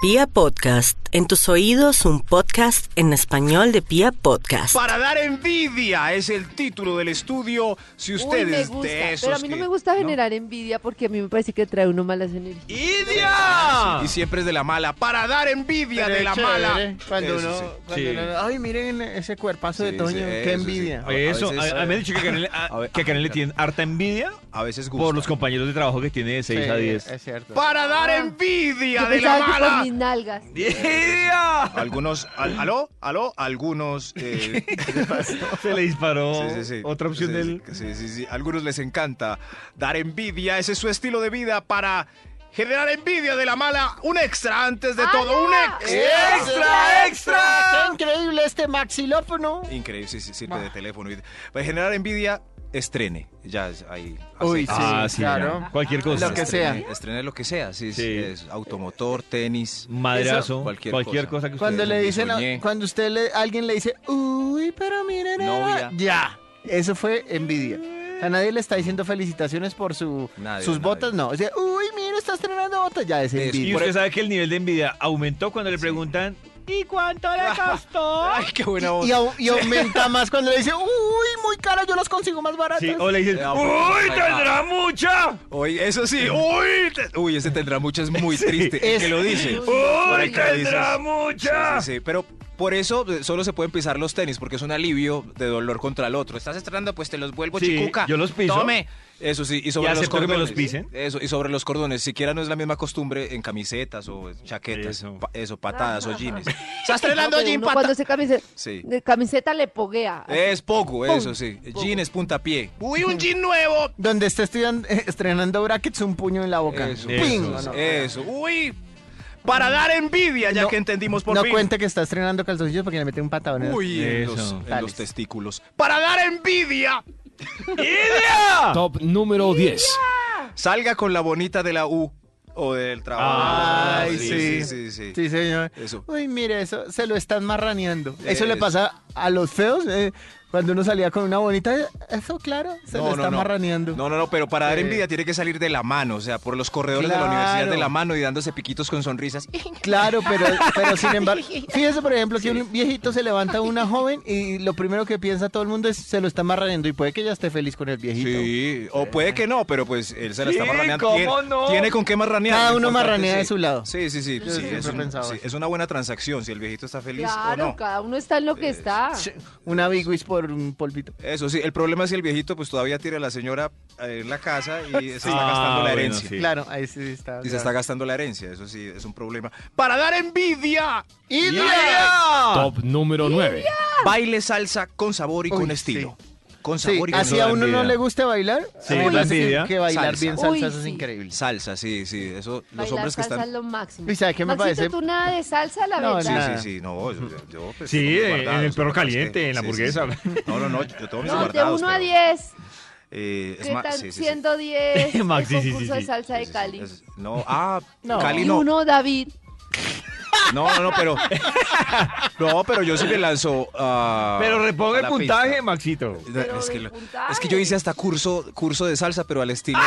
Pia Podcast, en tus oídos un podcast en español de Pia Podcast. Para dar envidia es el título del estudio. Si Uy, me ustedes gusta, de esos pero a mí no que- me gusta generar envidia porque a mí me parece que trae uno malas energías. ¡Idia! Y siempre es de la mala. Para dar envidia Pero de es la chévere, ¿eh? mala. Cuando Eso uno, sí. cuando Sí. uno- Ay, miren ese cuerpazo Sí, de Toño. sí, eso sí. Qué envidia. A- a Pues Eso, a, veces- a mí me han dicho que a Canel, a- a ver- que a Canel le tienen harta envidia A veces gusta. por los compañeros de trabajo que tiene de 6 Sí, a 10. Es cierto. Para dar Ah. Yo envidia de la pensaba que por mala. mis nalgas. ¡Idia! Algunos, al- aló, aló, algunos. eh, Se le disparó sí, sí, sí. otra opción Sí, del... Sí, sí, sí, sí. Algunos les encanta dar envidia. Ese es su estilo de vida para generar envidia de la mala. Un extra antes de todo, un extra. ¡Extra, extra! ¡Qué increíble este maxilófono! Increíble, sí, sí, sirve de teléfono. Para generar envidia, estrene. Ya es ahí. Uy, Acepta. Ah, Sí, sí, ya. claro. Cualquier cosa. Lo que sea. Estrene lo que sea, sí, Sí. sí, es automotor, tenis. Mm. Madrazo, Eso, cualquier, cosa. cosa. que Cuando ustedes- le dicen, a- soñé. cuando usted le, alguien le dice, uy, pero miren, eh, Novia. ya, eso fue envidia. A nadie le está diciendo felicitaciones por su, Nadie, sus nadie. botas, no. O sea, uy, mira, está estrenando botas, ya es Es- Y envidia. usted sabe que el nivel de envidia aumentó cuando le preguntan... ¿Y cuánto le costó? Ay, qué buena voz. Y, au- y aumenta más cuando le dice, uy, muy cara, yo las consigo más baratas. Sí, o le dicen... Ya, pues, ¡Uy, ahí va. tendrá mucha! Uy, eso sí. Uy, te- uy, ese tendrá muchas muy triste. El Es- que lo dice. Por ¡Uy, el que lo dices. tendrá Sí, mucha! sí, sí, Pero por eso eh, solo se pueden pisar los tenis, porque es un alivio de dolor contra el otro. Estás estrenando, pues te los vuelvo Sí, chicuca. yo los piso. Tome. Eso sí, y sobre Y los acepto que me cordones. los pisen. Eso, y sobre los cordones. Siquiera no es la misma costumbre en camisetas o chaquetas. pa- Eso. Eso, patadas o jeans. Estás estrenando No, pero jean uno pata- cuando se camiseta, Sí. Eh, de camiseta le poguea. Es poco, eso sí. Poco. Jean es puntapié. Uy, un jean nuevo. Donde está estudian- estrenando brackets, un puño en la boca. Eso, ¡Ping! eso, Eh, No, no. eso. Uy, para dar envidia, ya No, que entendimos por no fin. cuenta que está estrenando calzoncillos porque le mete un patadón. en el- Uy, en Eso. los, en los Tales. testículos. Para dar envidia, ¡Idia! Top número 10. salga con la bonita de la U o del trabajo. Ay, sí, Ah, sí. sí, sí. Sí, señor. Eso. Eh, Uy, mire, eso se lo están marraneando. Eso le Eso. pasa a los feos eh, cuando uno salía con una bonita. Eso, claro, se lo están marraneando. No, no, no, pero para dar Eh. envidia tiene que salir de la mano, o sea, por los corredores de la Claro. universidad de la mano y dándose piquitos con sonrisas. Claro, pero, pero sin embargo, fíjese por ejemplo que un viejito se levanta a una joven y lo primero que piensa todo el mundo es se lo está marraneando y puede que ella esté feliz con el viejito. Sí, o puede que no, pero pues él se la está Sí, marraneando. ¿cómo tiene, no? tiene con qué marranear. Cada lo uno importante, marranea sí. de su lado. Sí, sí, sí. sí, siempre es, un- pensaba sí, eso. es una buena transacción si el viejito está feliz claro, o no. cada uno está en lo que está. Sí, Una biguis por un polvito. Eso sí, el problema es si el viejito pues todavía tiene a la señora eh, en la casa y se está Ah, gastando la bueno, herencia. Sí. Claro, ahí sí está. Y se está gastando la herencia, eso sí, es un problema. ¡Para dar envidia! Top número 9. Baile salsa con sabor y Uy, con sí. estilo. Con Sí, sabor y con así a da uno no envidia. le gusta bailar, Sí, a mí me da parece que- envidia. que bailar Salsa. bien salsa Uy, es sí. increíble. Salsa, sí, sí, eso, los Bailar hombres que salsa están... es lo máximo. ¿Y sabe qué me Maxito, parece? tú nada de salsa, la No, verdad. Sí, Nada. sí, sí, no, yo, yo, pues, Sí, eh, tengo mis en guardados, el perro ¿no? caliente, en la Sí, sí, hamburguesa. sí. No, no, no, yo tengo mis No, de guardados. 1 a pero, 10. eh, es ¿Qué ma- tan sí, sí, sí. siendo 10? el Maxi, sí, sí, concurso de sí. salsa Sí, de sí, Cali. es- no, ah, No. Cali Y no. uno, David. No, no, no, pero. No, pero yo sí le lanzo. ah, Pero reponga a el la puntaje, pista. Maxito. Pero es, que, del lo- puntaje. es que yo hice hasta curso, curso de salsa, pero al estilo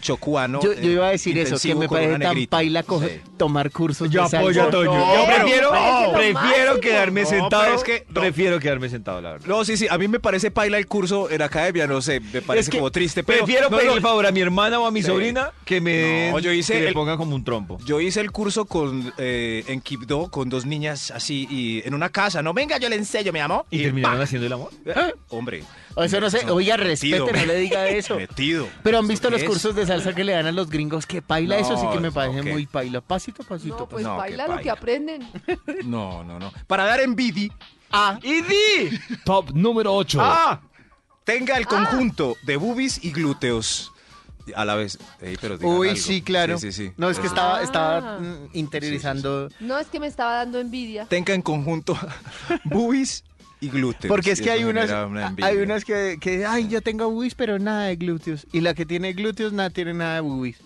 chocuano. yo, yo eh, iba a decir eso, que intensivo me con una parece tan negrita. paila coger- Sí. tomar cursos Yo de salsa. apoyo a Toño. No, Yo pero- prefiero, No. prefiero No, quedarme pero sentado. es que- no. Prefiero quedarme sentado, la verdad. No, sí, sí, a mí me parece paila el curso en academia, no sé, me parece Es que como triste, pero. Prefiero no, pedirle no, el favor a mi hermana o a mi Sí. sobrina que me den, No, yo hice que le el- pongan como un trompo. Yo hice el curso con, eh, en Quibdó con dos niñas así y en una casa. No, venga, yo le enseño, mi amor. ¿Y ¿Ah? terminaron haciendo el amor? Hombre. O eso no sé, oiga, respete, Metido. no le diga eso. Metido. Pero han visto ¿Eso los qué es? cursos de salsa que le dan a los gringos que paila, eso sí que me No, parece ok. muy paila. Pasito, pasito, No, pasito. pues No, qué baila lo que baila. aprenden. No, no, no. Para dar envidia, ¡Y di! Top número 8. ¡Ah! tenga el conjunto de boobies y glúteos a la vez. Ey, pero digan Uy, algo. sí, claro. Sí, sí, sí. No, es Sí, que sí. estaba, Ah. estaba mm, interiorizando. No, es que me estaba dando envidia. Tenga en conjunto boobies y glúteos. Porque es Y que eso hay genera unas, una envidia. hay unas que, que, ay, yo tengo boobies, pero nada de glúteos. Y la que tiene glúteos, nada tiene nada de boobies.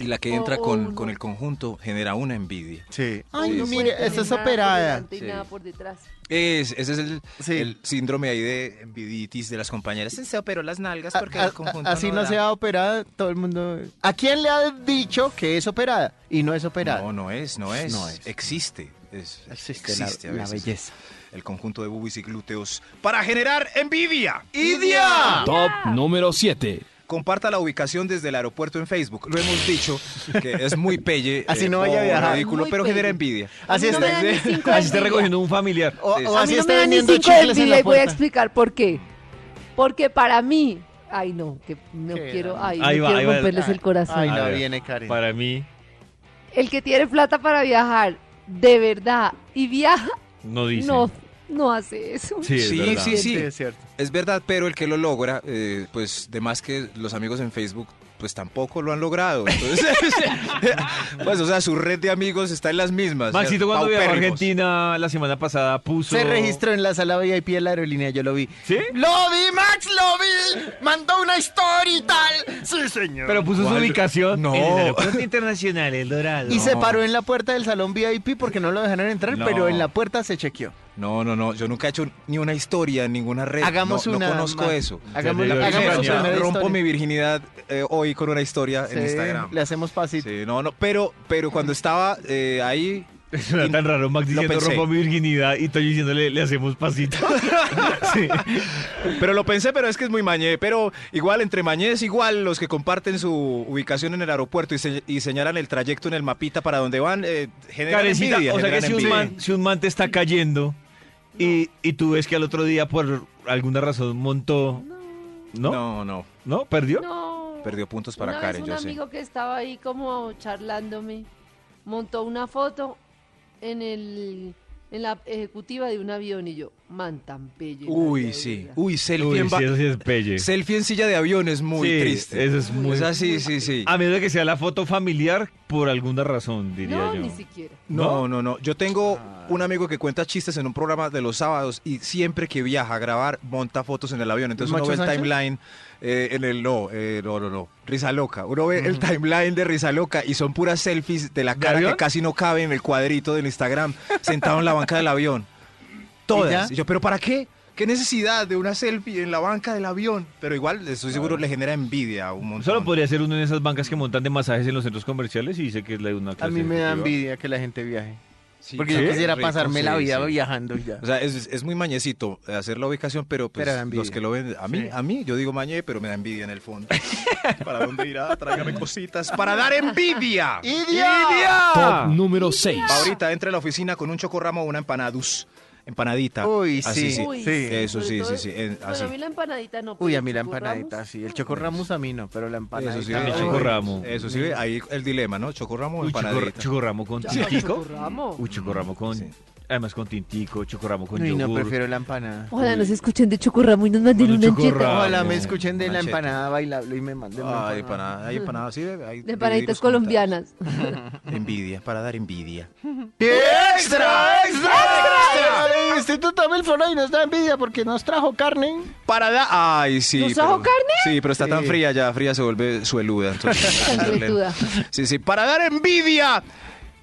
Y la que O- entra o con, uno. con el conjunto genera una envidia. Sí. Ay, Sí, no, sí. mire, puede esta tener es nada por operada. delante y Sí. nada por detrás. Es, ese es el, Sí. el síndrome ahí de enviditis de las compañeras. Se operó las nalgas A- porque a- el conjunto a- así no, da. sea operada, todo el mundo. ¿A quién le ha dicho que es operada y no es operada? No, no es, no es. No es. Existe. es- Existe, existe, la- a la veces. belleza. El conjunto de bubis y glúteos para generar envidia. ¡Idia! Top número 7. Comparta la ubicación desde el aeropuerto en Facebook. Lo hemos dicho, que es muy pelle. Así no vaya a bobo, viajar. ridículo, Muy pero genera pelle. envidia. Así A mí no está. me dan ni cinco de Así está envidia. recogiendo un familiar. O, Sí, o sí. A así mí no está me dan ni vendiendo cinco de chicles en envidia la y voy a puerta. explicar por qué. Porque para mí, ay no, que no Qué quiero, grande. ay, Ahí no va, ahí quiero va. romperles el corazón. Ay, A no ver. viene Karen. Para mí, El que tiene plata para viajar, de verdad, y viaja, no dice. no, no hace eso. Sí, es Sí, verdad. sí, Sí, es cierto. Es verdad, pero el que lo logra, eh, pues de más que los amigos en Facebook, pues tampoco lo han logrado. Entonces, pues o sea, su red de amigos está en las mismas. Maxito, cuando viajó a Paupérrimos. Argentina la semana pasada, puso. Se registró en la sala VIP de la aerolínea, yo lo vi. ¿Sí? ¡Lo vi, Max, lo vi! ¡Mandó una historia y tal! ¡Sí, señor! Pero puso su ¿Cuál? ubicación No. en el aeropuerto internacional, El Dorado. y se paró en la puerta del salón VIP porque no lo dejaron entrar, No. pero en la puerta se chequeó. No, no, no, yo nunca he hecho ni una historia en ninguna red. Hagamos no, una. No conozco Max. eso. Hagamos, la Ya le dio hagamos la la historia. primera rompo mi historia. virginidad eh, hoy con una historia en Sí, Instagram. Le hacemos pasito. Sí, no, no, pero, pero cuando estaba eh, ahí, Suena tan raro, Max Lo diciendo pensé. rompo mi virginidad y estoy diciéndole, le hacemos pasito. sí. pero lo pensé, pero es que es muy mañé, pero igual entre mañés, igual los que comparten su ubicación en el aeropuerto y, se- y señalan el trayecto en el mapita para donde van, eh, generan Karencita, envidia, o sea que generan si un, envidia. man, si un man te está cayendo y, y tú ves que al otro día por alguna razón montó. ¿No? ¿No? No, no, ¿Perdió? No. perdió puntos para Una Karen, vez un yo amigo que estaba ahí como charlándome montó una foto en el en la ejecutiva de un avión y yo, man tan bello. sé. y nadie Uy, lo sí, veía". uy, selfie, Uy, en, ba- sí, eso sí es pelle. selfie en silla de avión es muy Sí, triste. eso es muy- Esa sí, sí, sí. A menos de que sea la foto familiar por alguna razón, diría No, yo. ni siquiera. No, no, no. Yo tengo Ah. un amigo que cuenta chistes en un programa de los sábados y siempre que viaja a grabar monta fotos en el avión. Entonces uno ¿Macho ve el Sánchez? timeline eh, en el no, eh, no, no, no. Risa loca. Uno ve Mm. el timeline de Risa loca y son puras selfies de la ¿De cara que avión? casi no cabe en el cuadrito del Instagram sentado en la banca del avión. Todas. ¿Y ya? Y yo, pero ¿para qué? ¿Qué necesidad de una selfie en la banca del avión? Pero igual, estoy seguro, le genera envidia a un montón. Solo podría ser uno de esas bancas que montan de masajes en los centros comerciales y dice que es la de una A clase mí me da ejecutiva. envidia que la gente viaje. Sí, Porque sí, yo quisiera rico, pasarme sí, la vida sí. viajando y ya. O sea, es, es muy mañecito hacer la ubicación, pero pues Pero da envidia. los que lo ven, a mí, Sí. a mí, yo digo mañé, pero me da envidia en el fondo. ¿Para dónde irá? Tráigame cositas. ¡Para dar envidia! ¡Idia! Top número 6. Ahorita entra a la oficina con un chocorramo o una empanadus. Empanadita. Uy, Así, sí. sí. Uy, sí. Eso sobre sí, sí, todo- sí, en- bueno, así. a mí la empanadita no. Uy, pero a mí la el Choco empanadita, Ramos, sí. El no. chocorramos a mí no, pero la empanadita. Pues Eso sí, El uy. chocorramo. Eso sí, ahí el dilema, ¿no? Chocorramo o Uy, chocorra- empanadita. chocorramo con Ya, tintico. Choco Ramos. Uy, chocorramo con... Sí. Además con tintico, chocorramo con Uy, no, yogur. prefiero la empanada. Ojalá nos escuchen de Chocorramo y nos manden Bueno, una Choco encheta. Ramos. Ojalá me escuchen de la Manchete. empanada bailable y me manden una Ah, Ay, empanada. empanada, hay empanada, sí, bebé, hay De divididos empanaditas con tal. colombianas. Envidia, para dar envidia. ¡Extra, extra, extra! El Instituto Milford hoy nos da envidia porque nos trajo carne. Para dar. Ay, sí. ¿Nos trajo carne? Sí, pero está tan Sí. fría ya, fría se vuelve sueluda. Entonces, Sangretuda. Sí, sí, para dar envidia.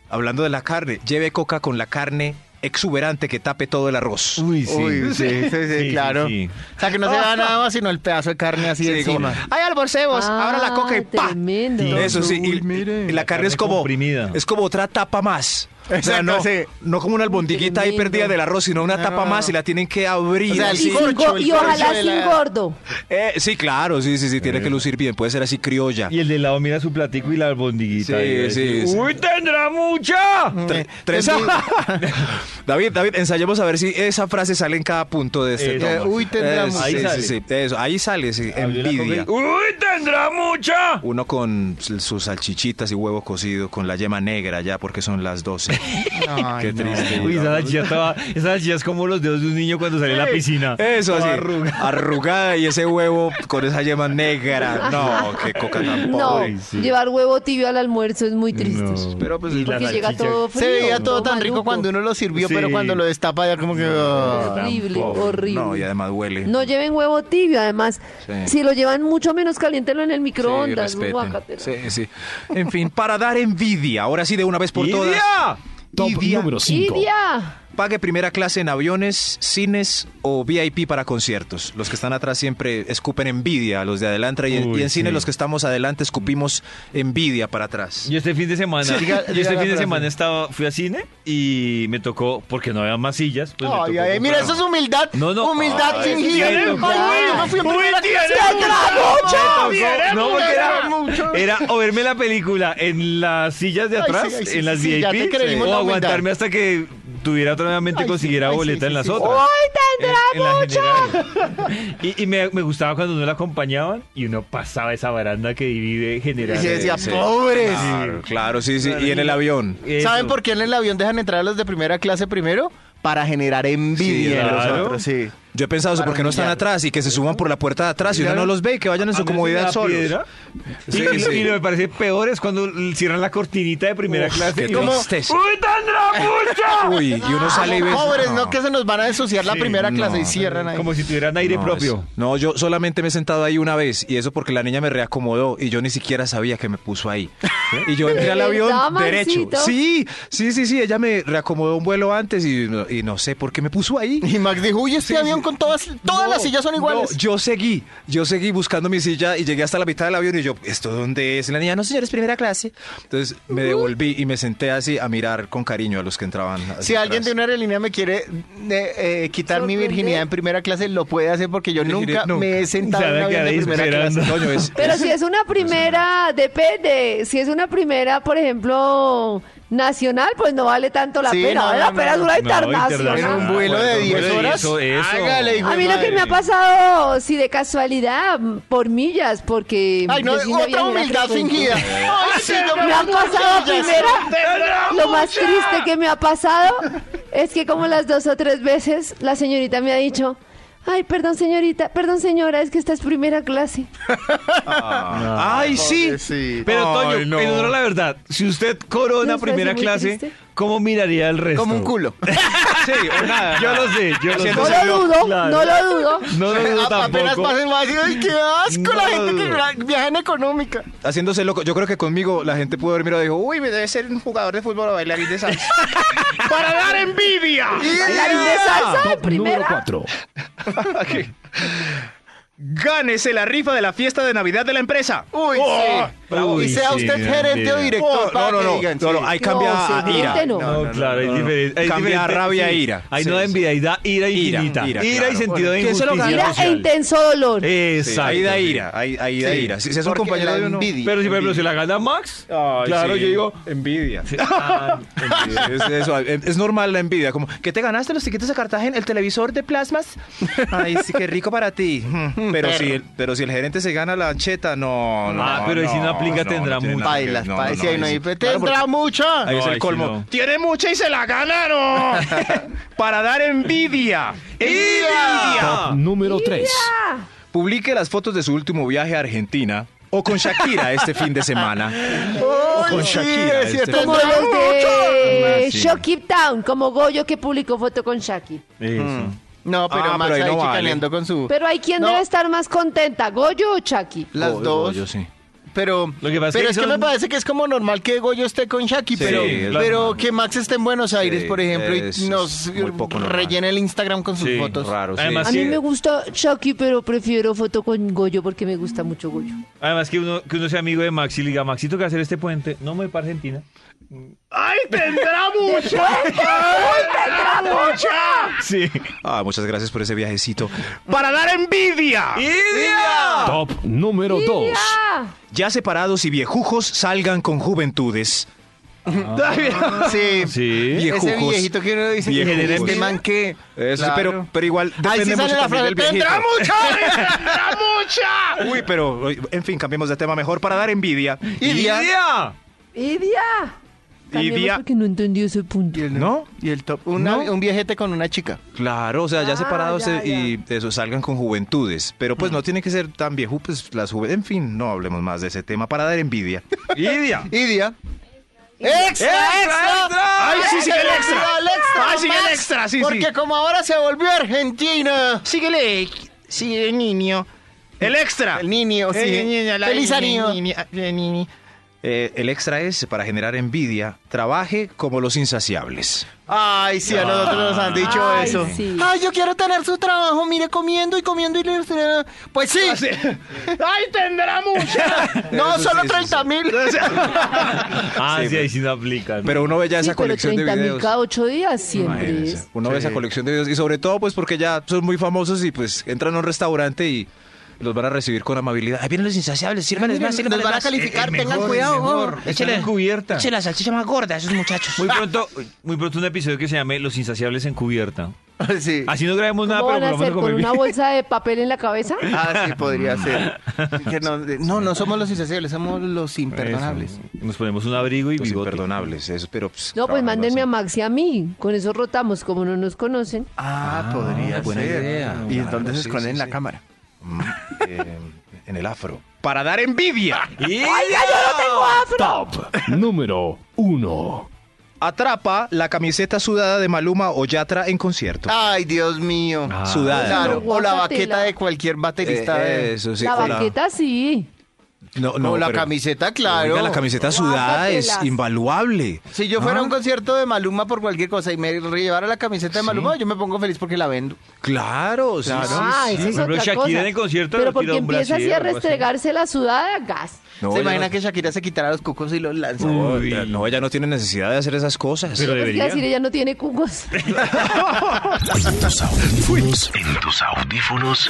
Hablando de la carne, lleve coca con la carne exuberante que tape todo el arroz. Uy, sí. Uy, sí, sí, sí, Sí, claro. sí, sí. O sea, que no se da nada más sino el pedazo de carne así Sí, encima. como, Ay, almorcemos, ahora la coca y Ah, pa. Tremendo. Sí. Eso sí, y, Uy, mire. y la carne es carne como comprimida. es como otra tapa más. O sea, Exacto, no, sí. no como una albondiguita ahí Tremendo. perdida del arroz, sino una No, tapa no, más no. y la tienen que abrir. O Y, sea, así. el sin corcho, go- el y ojalá corcho de sin la- gordo. Eh, sí, claro, sí, sí, sí, tiene Eh. que lucir bien, puede ser así criolla. Y el de lado mira su platico y la albondiguita. Sí, y dice, sí, sí. ¡Uy, tendrá mucha! Mm, Tre- tres- David, David, ensayemos a ver si esa frase sale en cada punto de este Eso. tomo. Eh, uy, tendrá Eso, mucha. sí, Ahí sí, sale. sí, eso, ahí sale, sí, Abrió la envidia. coca y, ¡Uy, tendrá mucha! Uno con sus salchichitas y huevo cocido, con la yema negra ya, porque son las 12. Ay, no. Uy, esa salchicha estaba- esa salchicha es como los dedos de un niño cuando sale a la piscina. Eso así. Arrugada y ese huevo con esa yema negra. No, qué coca tan No, pobre. llevar huevo tibio al almuerzo es muy triste. No. Pero pues Y la Porque llega salchicha- todo frío. Se veía todo tan maluco. rico cuando uno lo sirvió, pero Sí. cuando lo destapa ya como que... ah. Horrible, Pobre. horrible. No, y además huele. No lleven huevo tibio, además. Sí. Si lo llevan mucho menos, caliéntelo en el Sí, microondas. respeten. guácatela. sí, sí. En fin, para dar envidia, ahora sí de una vez por todas. ¡Idia! Top Idia. número 5. ¡Idia! Pague primera clase en aviones, cines o VIP para conciertos. Los que están atrás siempre escupen envidia a los de adelante y en, Uy, y en cine sí. los que estamos adelante escupimos envidia para atrás. Yo este fin de semana, Sí, diga- yo diga este la fin de frase. semana estaba, fui a cine y me tocó, porque no había más sillas. Pues me Ay, tocó ay, mira, comprar- eso es humildad. No, no. Humildad Ay, sin sí, gira. tiene- Ay, yo me fui en primera clase. Me tocó- No, porque Era era, mucho. era o verme la película en las sillas de Ay, sí, atrás, ay, sí, en las sí, sí, ya te VIP, creímos o la humildad. aguantarme hasta que tuviera otra nuevamente Ay, sí, consiguiera ay, sí, boleta sí, en las sí. otras. ¡Uy, tendrá mucha! Y, y me, me gustaba cuando uno la acompañaban y uno pasaba esa baranda que divide Y general. se decía, Sí. pobres. Claro, claro, sí, sí. Y en el avión. Eso. ¿Saben por qué en el avión dejan entrar a los de primera clase primero? Para generar envidia en los claro. otros, sí. Ah, Yo he pensado eso, Para porque no están humillar. atrás y que se suban por la puerta de atrás y uno Claro. no los ve y que vayan en A su mí me da comodidad solos. piedra. Y- y, lo- y lo que me parece peor es cuando cierran la cortinita de primera Uf, clase. qué y uno, tristeza. ¡Uy, tendrá mucha! Uy, y uno sale y ve. Pobres, no, que se nos van a ensuciar la Sí, primera clase y no. cierran ahí. Como si tuvieran aire No, propio. es- no, yo solamente me he sentado ahí una vez y eso porque la niña me reacomodó y yo ni siquiera sabía que me puso ahí. Y yo entré al ¿De avión verdad, derecho. Maxito? Sí, sí, sí, sí, ella me reacomodó un vuelo antes y, no- y no sé por qué me puso ahí. Y Max dijo, uy, este avión con todas, todas No, las sillas son no, iguales. yo seguí, yo seguí buscando mi silla y llegué hasta la mitad del avión y yo, ¿esto dónde es? Y la niña, no, señor, es primera clase. Entonces me devolví y me senté así a mirar con cariño a los que entraban. hacia Si alguien atrás. de una aerolínea me quiere eh, eh, quitar mi Sorprender. virginidad en primera clase, lo puede hacer porque yo Yo diré, nunca, nunca. me he sentado Se en un va a avión de quedar primera esperando. clase. Coño, es- Pero es- si es una primera, depende. Si es una primera, por ejemplo, nacional, pues no vale tanto la Sí, pena. no, Vale no, la pena no, es una no, internacional. En internacional. un vuelo Bueno, de un 10 vuelo de horas. eso, eso. Hágale, hijo Ah, A de mí lo que madre. me ha pasado, si de casualidad, por millas, porque... Ay, no, yo soy una otra viajera humildad frecuente. fingida. Ay, sí, yo Me me ha siento pasado orgullosa. primera. Lo más triste que me ha pasado es que como las dos o tres veces la señorita me ha dicho, ay, perdón señorita, perdón señora, es que esta es primera clase. Ay, sí. Pero, Ay, Toño, no. en honor a la verdad, si usted ¿No corona les parece primera muy clase, triste? ¿cómo miraría el resto? Como un culo. Sí, o nada. Yo lo sé, yo lo sé. No Haciéndose lo dudo, claro. no lo dudo. No lo dudo A- Apenas tampoco. pasen, va a decir, ay, qué asco la No. gente que gra- viaja en económica. haciéndose loco. Yo creo que conmigo la gente pudo haber mirado y dijo, uy, me debe ser un jugador de fútbol o bailarín de salsa. ¡Para dar envidia! Bailarín de salsa en Top número primera. 4. Aquí. Gánese la rifa de la fiesta de Navidad de la empresa. Uy, Oh, sí. uy, y sea sí, usted mira, gerente mira. o director Oh, para no, no, que no, digan, no, no, sí. hay cambia No, a ira. seguramente no. No, claro, hay diferente. hay Cambia diferente- rabia a sí. ira. Ahí Sí, no da sí. envidia, ahí da ira Ira, infinita. ira, Ira, claro. y sentido de Que se lo injusticia gana. Mira, e social. intenso dolor. Exacto. Ahí da sí. ira, ahí, ahí da Sí. ira. Si, si es un Porque compañero la de uno. envidia. Pero si, por ejemplo, se la gana Max, Ay, claro, sí. yo digo... envidia. ah, Es, eso, es normal la envidia, como que te ganaste los tiquetes a Cartagena, el televisor de plasmas. Ay, sí, qué rico para ti. Mm, Pero si el, pero si el gerente se gana la cheta, no, no. Ah, pero y si no aplica, tendrá tiene mucho. nada que- Bailas, no, pa- no, si hay no, no ahí hay- sí. Claro, porque tendrá mucha. Ahí es No, el ahí sí colmo. no. Tiene mucha y se la ganaron. para dar envidia. ¡Ira! Top número 3. Publique las fotos de su último viaje a Argentina o con Shakira este fin de semana. Uy, con sí, Shakira, sí, este- tendrá Como los de Ah, sí. Shocky Town, como Goyo que publicó foto con Shaki. Eso. No, pero Ah, Max pero ahí ahí, no vale. chicaneando con su... Pero hay quien No. debe estar más contenta, Goyo o Shaki. Las Oh, dos. Yo sí. Pero, Lo que pasa pero que es que son- me parece que es como normal que Goyo esté con Shaki, Sí, pero, es pero normal. que Max esté en Buenos Aires, por ejemplo, es- y es nos muy poco normal. rellena el Instagram con sus Sí, fotos. Raro, sí. Además, A mí Sí. me gusta Shaki, pero prefiero foto con Goyo porque me gusta mucho Goyo. Además que uno, que uno sea amigo de Max y le diga, Maxito, ¿qué hacer este puente? No me voy para Argentina. ¡Ay, tendrá mucha! ¡Ay, tendrá mucha! Ah, muchas gracias por ese viajecito. Ah. Top número 2. Ya separados y viejujos salgan con juventudes. Sí. Sí. Sí. Ese Viejujos. viejito que uno dice, Viejujos. este man que... Eso sí, Claro. pero, pero igual Ahí depende sí sale mucho la también frase, del viejito. ¡tendrá mucha! Uy, pero en fin, cambiemos de tema mejor para dar envidia. Y día- ¡Idia! ¡Idia! Y Cambiemos día. porque no entendió ese punto. Y el- ¿No? Y el top. Una- ¿No? Un viejete con una chica. Claro, o sea, ya Ah, separados ya, eh, y eso, salgan con juventudes. Pero pues no tiene que ser tan viejo, pues las juventudes. En fin, no hablemos más de ese tema para dar envidia. Idia. Idia. ¡Extra, extra! ¡Ay, sí, sigue el extra! el extra, ¡Ay, sigue el Max! extra! Sí, Porque sí. como ahora se volvió Argentina. Síguele, sigue el niño. ¡El extra! Ah. El niño, sí. El niño, la- Feliz año. Eh, el extra es, para generar envidia, trabaje como los insaciables. Ay, sí, a nosotros nos han dicho Ay, eso. sí. Ay, yo quiero tener su trabajo, mire, comiendo y comiendo y... Pues sí. ¡Ay, tendrá mucha! No, solo 30 mil. Ah, Sí, sí, pero- ahí sí no aplican. Pero uno ve ya Sí, esa pero colección de 30 mil videos. cada ocho días siempre Imagínense. es. Uno ve esa colección de videos y sobre todo pues porque ya son muy famosos y pues entran a un restaurante y los van a recibir con amabilidad. Ahí vienen los insaciables, sírvanles más, Nos sírvanles van a más. calificar, tengan mejor, cuidado. mejor. oh. Échale cubierta. Se la salchicha más gorda, esos muchachos. Muy pronto, muy pronto un episodio que se llame Los insaciables en cubierta. Ah, Sí. Así no grabemos Pues nada, ¿Cómo pero van a por lo menos hacer? ¿Con comer bien. una bolsa de papel en la cabeza? Ah, sí, podría ser. Que no, de- no, no somos los insaciables, somos los imperdonables. Eso. Nos ponemos un abrigo y Los bigote. imperdonables, eso, pero pues, No, pues trabajando mándenme a así. Max y a mí. Con eso rotamos, como no nos conocen. Ah, podría buena ser. idea. Y Claro, entonces sí, esconden sí, la sí. cámara. Mm, eh, en el afro. Para dar envidia. Top número 1. Atrapa la camiseta sudada de Maluma o Yatra en concierto. Ay, Dios mío. Ah. sudada. Claro, o la Guácatela. baqueta de cualquier baterista. Eh, de- eso sí. La o la- banqueta sí. No, no, o la pero- camiseta, claro. Oiga, la camiseta Ah. sudada es Guácatelas. invaluable. Si yo fuera a un concierto de Maluma por cualquier cosa y me llevara la camiseta de Maluma, yo me pongo feliz porque la vendo. Claro, sí, sí, ah, sí. esa es Por ejemplo, otra Shakira cosa. en el concierto Pero le tira porque un empieza así brasier a o algo así. restregarse la sudada, gas. No, ¿Se ella imagina no- que Shakira se quitara los cucos y los lanzara? No, Uy. ella- no, ella no tiene necesidad de hacer esas cosas. Pero Es que debería. decir, ella no tiene cucos. En tus audífonos. En tus audífonos.